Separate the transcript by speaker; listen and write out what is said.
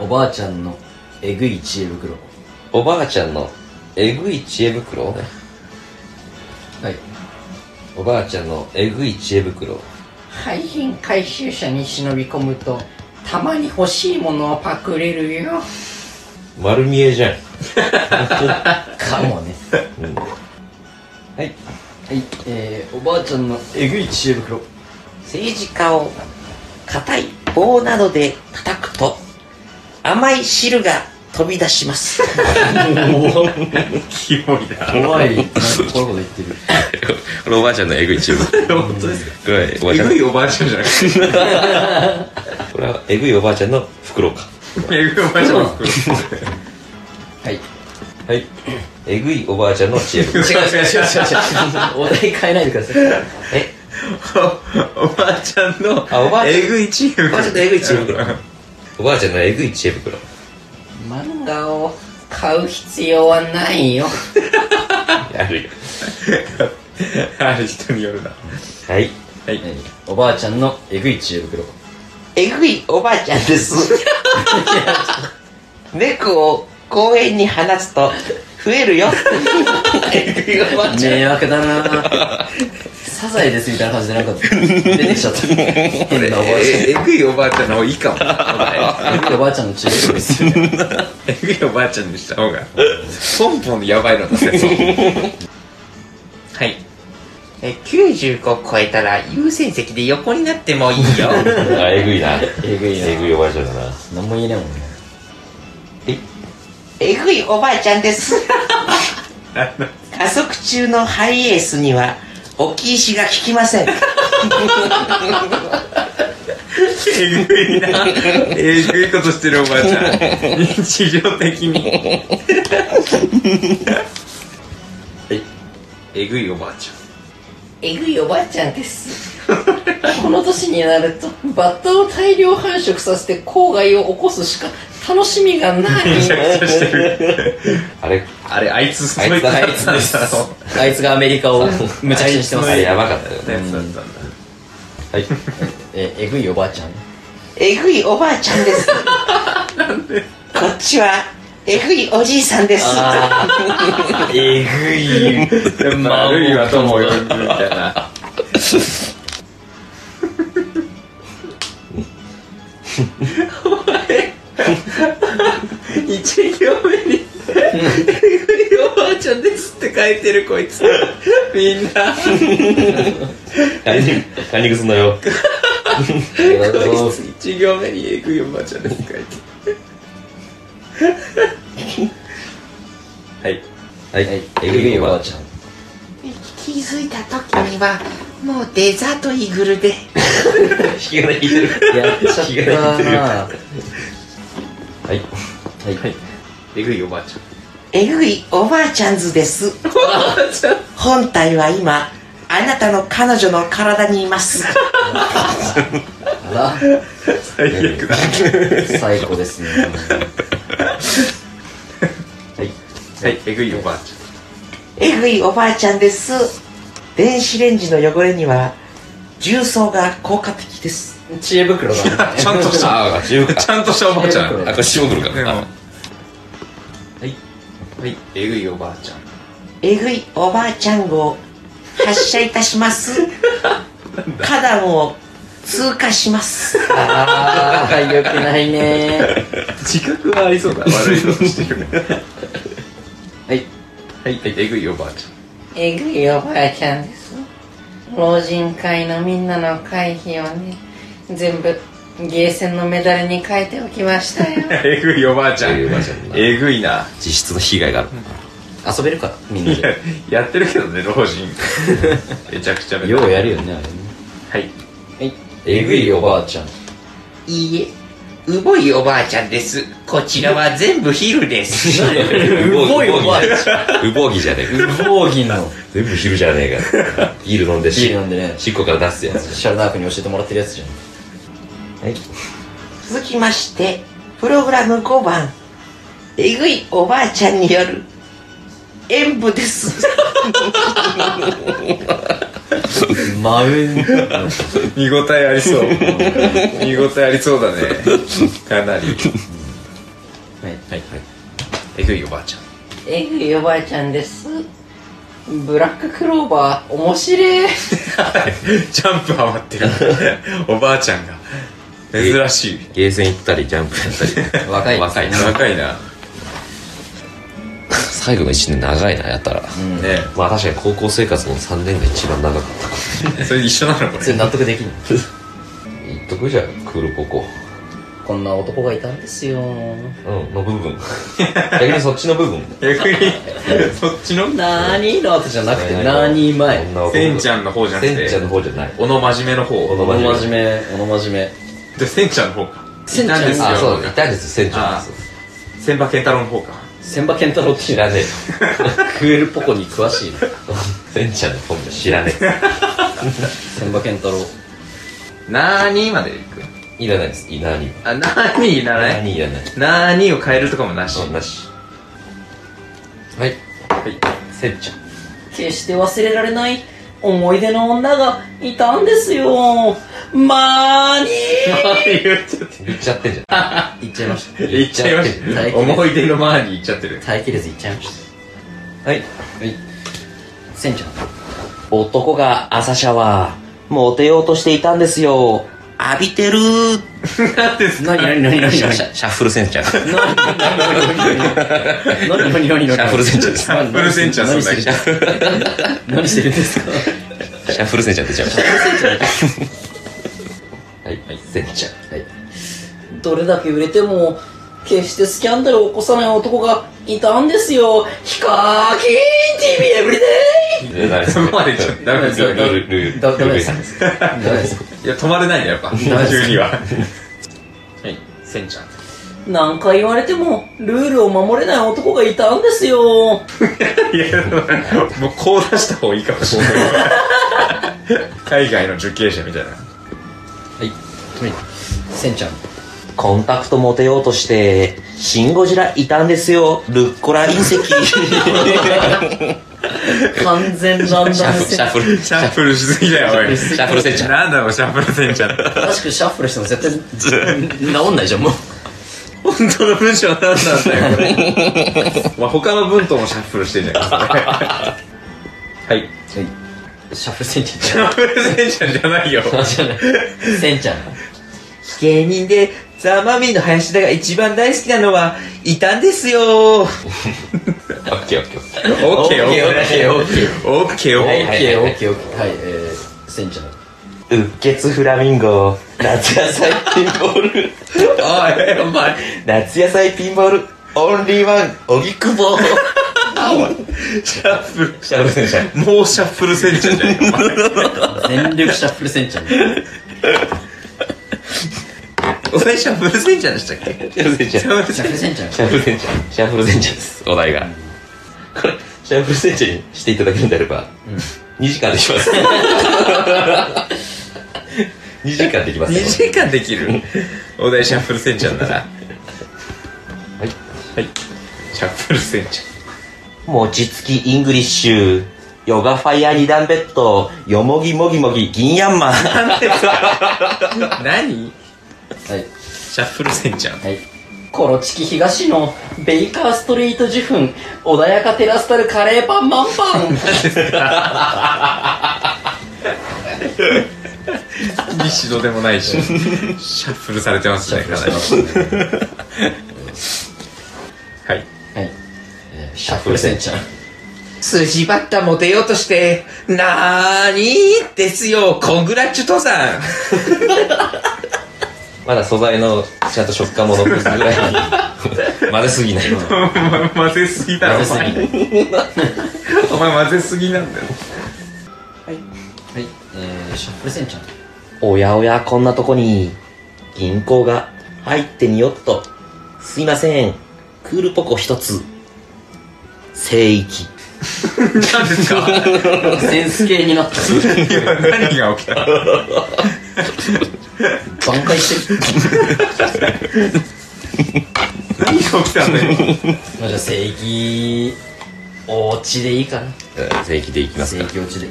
Speaker 1: おばあちゃんのえぐい知恵袋
Speaker 2: おばあちゃんのえぐい知恵袋
Speaker 1: はい
Speaker 2: おばあちゃんのえぐい知恵袋
Speaker 3: 廃品回収車に忍び込むとたまに欲しいものをパクれるよ
Speaker 2: 丸見えじゃ ん
Speaker 1: かもね
Speaker 2: はい
Speaker 1: はいえー、おばあちゃんのえぐい知恵袋
Speaker 2: 政治家を硬い棒などで叩くと甘い汁が飛び出します
Speaker 4: キモいな
Speaker 1: 怖いなんかこういうこと言ってる
Speaker 2: これおばあちゃんのえぐい知恵袋
Speaker 4: 本当ですか
Speaker 2: はいおばあ
Speaker 4: え
Speaker 2: ちゃん
Speaker 4: ぐいおばあちゃんじゃなくて
Speaker 2: これはえぐいおばあちゃんの袋か
Speaker 4: えぐいおばあちゃんの袋
Speaker 1: はい違
Speaker 2: はいえぐいおばあちゃんの知恵袋
Speaker 1: う違う違う違う違うお題変えないでください
Speaker 2: え
Speaker 4: おばあちゃんの
Speaker 2: あおばあちゃん
Speaker 4: えぐいチーム
Speaker 2: おばあちゃんのえぐい知恵袋おばあちゃんのえぐい知恵袋
Speaker 3: 漫画を買う必要はないよ
Speaker 2: あるよ
Speaker 4: ある人によるな
Speaker 2: はい
Speaker 4: はい
Speaker 1: えー おばあちゃんのえぐい知恵袋
Speaker 2: えぐいおばあちゃんです 猫を公園に放つと増えるよ えぐいおばあちゃん
Speaker 1: 迷惑だ なサザエですみたいな感じでなんか出てきちゃった変なおばあち
Speaker 4: えぐいおばあちゃんの方がいいかも
Speaker 1: ゃんえぐいおばあちゃんの知恵袋ですよ
Speaker 4: えぐいおばあちゃんにした方がポンポンやばいのだね
Speaker 2: はい。え、95超えたら優先席で横になってもいいよ。あ、えぐいな。
Speaker 1: えぐいな
Speaker 2: えぐいおばあちゃんだな。
Speaker 1: 何も言えないもんね
Speaker 2: えぐいおばあちゃんです。加速中のハイエースには、大きい石が効きま せん。
Speaker 4: えぐいなえぐいことしてるおばあちゃん日常的にえぐいおばあち
Speaker 3: えぐいおばあちゃんですこの年になるとバッタを大量繁殖させて郊外を起こすしか楽しみがない
Speaker 4: ゃんめちゃくちゃしてる
Speaker 2: あれ、
Speaker 4: あれあいつすごい
Speaker 2: あい
Speaker 4: つですあの
Speaker 1: あいつがアメリカをむちゃくちゃしてます
Speaker 2: あれやばかったよね。
Speaker 4: やつだったんだ
Speaker 1: はいええぐいおばあちゃん
Speaker 2: えぐいおばあちゃんです。こっちは、えぐいおじいさんです。
Speaker 1: えぐい
Speaker 4: 丸いは友よみたいなお前1行目に「えぐいおばあちゃんです」って書いてるこいつみんな
Speaker 2: カンニングすんのよ。
Speaker 4: こいつ1行目に「えぐいおばあちゃんです」って書いてるはい
Speaker 2: はい
Speaker 1: えぐいおばあちゃん
Speaker 5: 気づいた時にはもうデザートイーグルで
Speaker 2: ゃん。引き金引いてる。
Speaker 1: やっちゃったな
Speaker 2: は
Speaker 1: は
Speaker 2: い。
Speaker 1: い、
Speaker 4: えぐいおばあちゃん
Speaker 5: えぐいおばあちゃんズです本体は今あなたの彼女の体にいます
Speaker 1: あ
Speaker 4: 最悪だ
Speaker 1: ら最高ですねはい
Speaker 4: はいえぐいおばあちゃん
Speaker 5: えぐいおばあちゃんです電子レンジの汚れには重曹が効果的です
Speaker 1: 知恵袋だね
Speaker 4: ちゃんとした
Speaker 2: ああ、中華。
Speaker 4: ちゃんとしたおばあちゃん
Speaker 2: あ、これ下来るか。
Speaker 4: でも
Speaker 2: あ
Speaker 4: はいはいえぐいおばあちゃん
Speaker 5: えぐいおばあちゃんを発射いたします花壇を通過します
Speaker 1: ああよくないね
Speaker 4: 自覚はありそうだ悪いことしてるね
Speaker 1: はい
Speaker 4: はいえぐいおばあちゃ
Speaker 3: えぐいおばあちゃんです老人会のみんなの会費をね全部ゲーセンのメダルに変えておきましたよ
Speaker 4: んえぐいおばあちゃん
Speaker 2: えぐいおばあちゃんだな
Speaker 4: えぐいな
Speaker 2: 実質の被害がある。
Speaker 1: 遊べるかみんなで
Speaker 4: やってるけどね老 人めちゃくちゃめちゃ
Speaker 1: ようやるよねあれね
Speaker 4: はい
Speaker 1: はいえぐいおばあちゃん
Speaker 5: いいえうぼいおばあちゃんですこちらは全部ヒルです
Speaker 2: う
Speaker 1: ごいおばあち
Speaker 2: ゃん。うぼぎじゃねえか。
Speaker 1: うぼうぎの
Speaker 2: 全部昼じゃねえか。ビール飲んで
Speaker 1: ビー
Speaker 2: し
Speaker 1: ル、飲んでね
Speaker 2: しっこから出すやつ。
Speaker 1: シャルナークに教えてもらってるやつじゃん
Speaker 5: 続きましてプログラム5番えぐいおばあちゃんによる演舞です
Speaker 1: マウン
Speaker 4: 見応えありそう見応えありそうだねか
Speaker 1: はい
Speaker 2: は
Speaker 4: なり
Speaker 2: いはいえぐいおばあちゃん
Speaker 3: えぐいおばあちゃんですブラッククローバー面白い
Speaker 4: ジャンプハマってるおばあちゃんが珍しい
Speaker 2: ゲーセン行ったりジャンプやったり
Speaker 1: 若いです
Speaker 2: 若いな
Speaker 4: 若いな
Speaker 2: 最後の1年長いなやったら、
Speaker 4: ね
Speaker 2: まあ確かに高校生活の3年が一番長かったか
Speaker 4: それ一緒なのこ
Speaker 1: それ
Speaker 4: れ
Speaker 1: 納得できんの
Speaker 2: ら言っとくじゃんクール高校
Speaker 1: こんな男がいたんですよ
Speaker 2: うんの部 分逆にそっちの部分
Speaker 4: 逆にそっちの
Speaker 1: なーにの後じゃなくてなーに前
Speaker 2: 女の子
Speaker 4: せんちゃんの方じゃなく
Speaker 2: せんちゃんの
Speaker 4: て
Speaker 2: 方じゃない
Speaker 4: 小野真面目の方
Speaker 2: 小
Speaker 1: お
Speaker 2: 野
Speaker 1: の
Speaker 2: 真面
Speaker 1: 真面目おの真面
Speaker 4: じゃあせんちゃんの方か
Speaker 1: せんちゃん
Speaker 4: いたんですよ
Speaker 2: あそうだいたんですせんちゃんです
Speaker 4: 千葉健太郎の方か
Speaker 1: 目千葉健太郎って
Speaker 2: 知らねえよ
Speaker 1: クールポコに詳しいな
Speaker 2: せんちゃんの本名知らね
Speaker 1: 千葉健太郎
Speaker 4: なーにまでいく
Speaker 2: えいらないですいらには
Speaker 4: あなーにいらない
Speaker 2: 何いらない
Speaker 4: なーにを変えるとかもなし
Speaker 2: そんなしはい
Speaker 4: はい
Speaker 2: せんちゃん
Speaker 3: 決して忘れられない思い出の女がいたんですよまーに
Speaker 4: 言っちゃっ
Speaker 2: 言っちゃってんじゃん
Speaker 1: いっちゃいました
Speaker 4: て言っちゃいました思い出のマーに言っちゃってる
Speaker 1: 耐えきれずいっちゃいまし
Speaker 5: はい
Speaker 1: たはいせんちゃん
Speaker 5: 男が朝シャワーモテようとしていたんですよ浴びてる
Speaker 1: 何何何何何
Speaker 2: シャッシャッフルせんちゃんシャ
Speaker 1: 何何何何
Speaker 2: ッフルせんちゃんですシ
Speaker 4: ブルセンチャーそんな
Speaker 1: 何してる何してるんですか
Speaker 2: ャッフルせんちゃん出ちゃいましたはいはいせんちゃん
Speaker 1: はい
Speaker 3: どれだけ売れても決してスキャンダルを起こさない男がいたんですよヒカキン TV エブリデイ
Speaker 2: いやダメです
Speaker 4: そこまで言っちゃダメですよ
Speaker 2: ルールルール
Speaker 1: ダダメ
Speaker 2: ルール
Speaker 1: で
Speaker 2: 違
Speaker 1: す
Speaker 2: 反です
Speaker 1: ダメです
Speaker 4: いや止まれないねやっぱ急にははいせんちゃん
Speaker 3: 何回言われてもルールを守れない男がいたんですよ
Speaker 4: いやもうこう出した方がいいかもしれない海外の受刑者みたいな
Speaker 1: はいせんちゃん
Speaker 5: コンタクトモテようとしてシン・ゴジラいたんですよルッコラ隕石
Speaker 3: 完全ランダム
Speaker 2: シャッフルシ
Speaker 3: 戦
Speaker 2: ャッフル
Speaker 4: シャッフルしすぎだよおい
Speaker 2: シャッフルせんちゃん
Speaker 4: なんだろうシャッフルせんちゃん
Speaker 1: 正しくシャッフルしても絶対治んないじゃんもう
Speaker 4: 本当の文章なんなんだよこれ まあ他の文ともシャッフルしてんじゃんはい
Speaker 1: シャッフルせんち
Speaker 4: シャッフルせんちゃんじゃないよ
Speaker 1: ゃんじゃないせんちゃん
Speaker 6: 芸人でザ・マミーの林田が一番大好きなのはいたんですよ
Speaker 2: オッケーオッケーオッケー
Speaker 4: オッケーオッケーオッケー
Speaker 1: オッケー
Speaker 4: オッケーオッ
Speaker 1: オ
Speaker 4: ケー
Speaker 1: ッケーオッケーオッケーオッケーはいえーせんちゃん
Speaker 5: うっけつフラミンゴ夏野菜ピンボール
Speaker 4: おいお前
Speaker 5: 夏野菜ピンボールオンリーワン荻窪
Speaker 4: シャッフル
Speaker 2: シャッフルせんちゃん
Speaker 4: もうシャッフルせんちゃんじゃないお前
Speaker 1: 全力シャッフルせんちゃん
Speaker 4: 俺シャッフルせんちゃんでしたっけ
Speaker 2: シャッフルせんちゃん
Speaker 4: シ
Speaker 1: シャ
Speaker 4: ャッフルせん
Speaker 1: ッフルせんちゃん
Speaker 2: シャッフルセンチャーシャッフルセンチャーですお題がこれシャッフルセンチャーにしていただけるんであれば、2時間でき ます2時間できます
Speaker 4: 2時間できるお題シャッフルせんちゃんならはいはいシャッフルせんち
Speaker 5: 餅つきイングリッシュヨガファイヤー二段ベッドよもぎもぎもぎ銀ヤ ンマン
Speaker 4: ゃ ん何
Speaker 1: はい
Speaker 4: シャッフルせんちゃん
Speaker 1: はい
Speaker 3: コロチキ東のベイカーストリート受粉穏やかテラスタルカレーパンマンパン
Speaker 4: 一度でもないしシャッフルされてますねかなりはい
Speaker 1: はいえーシャッフルせんちゃん
Speaker 6: 筋バッタモテようとしてなーにですよコングラッチュ登山
Speaker 2: まだ素材のちゃんと食感も残すぐら いに混ぜすぎない
Speaker 4: 混ぜすぎだろお前お前混ぜすぎなんだよ
Speaker 1: はいえーシャッフルせんちゃん
Speaker 5: おやおやこんなとこに銀行が入ってによっとすいませんクールポコ一つ聖域
Speaker 4: 何ですか
Speaker 1: センス系になった
Speaker 4: 今何が起きた
Speaker 1: 挽回してる
Speaker 4: 何が起きたんだよ今
Speaker 1: まあじゃあ正義おうちでいいかな
Speaker 2: 正規でいきます
Speaker 1: 正
Speaker 2: か
Speaker 1: 義おうちで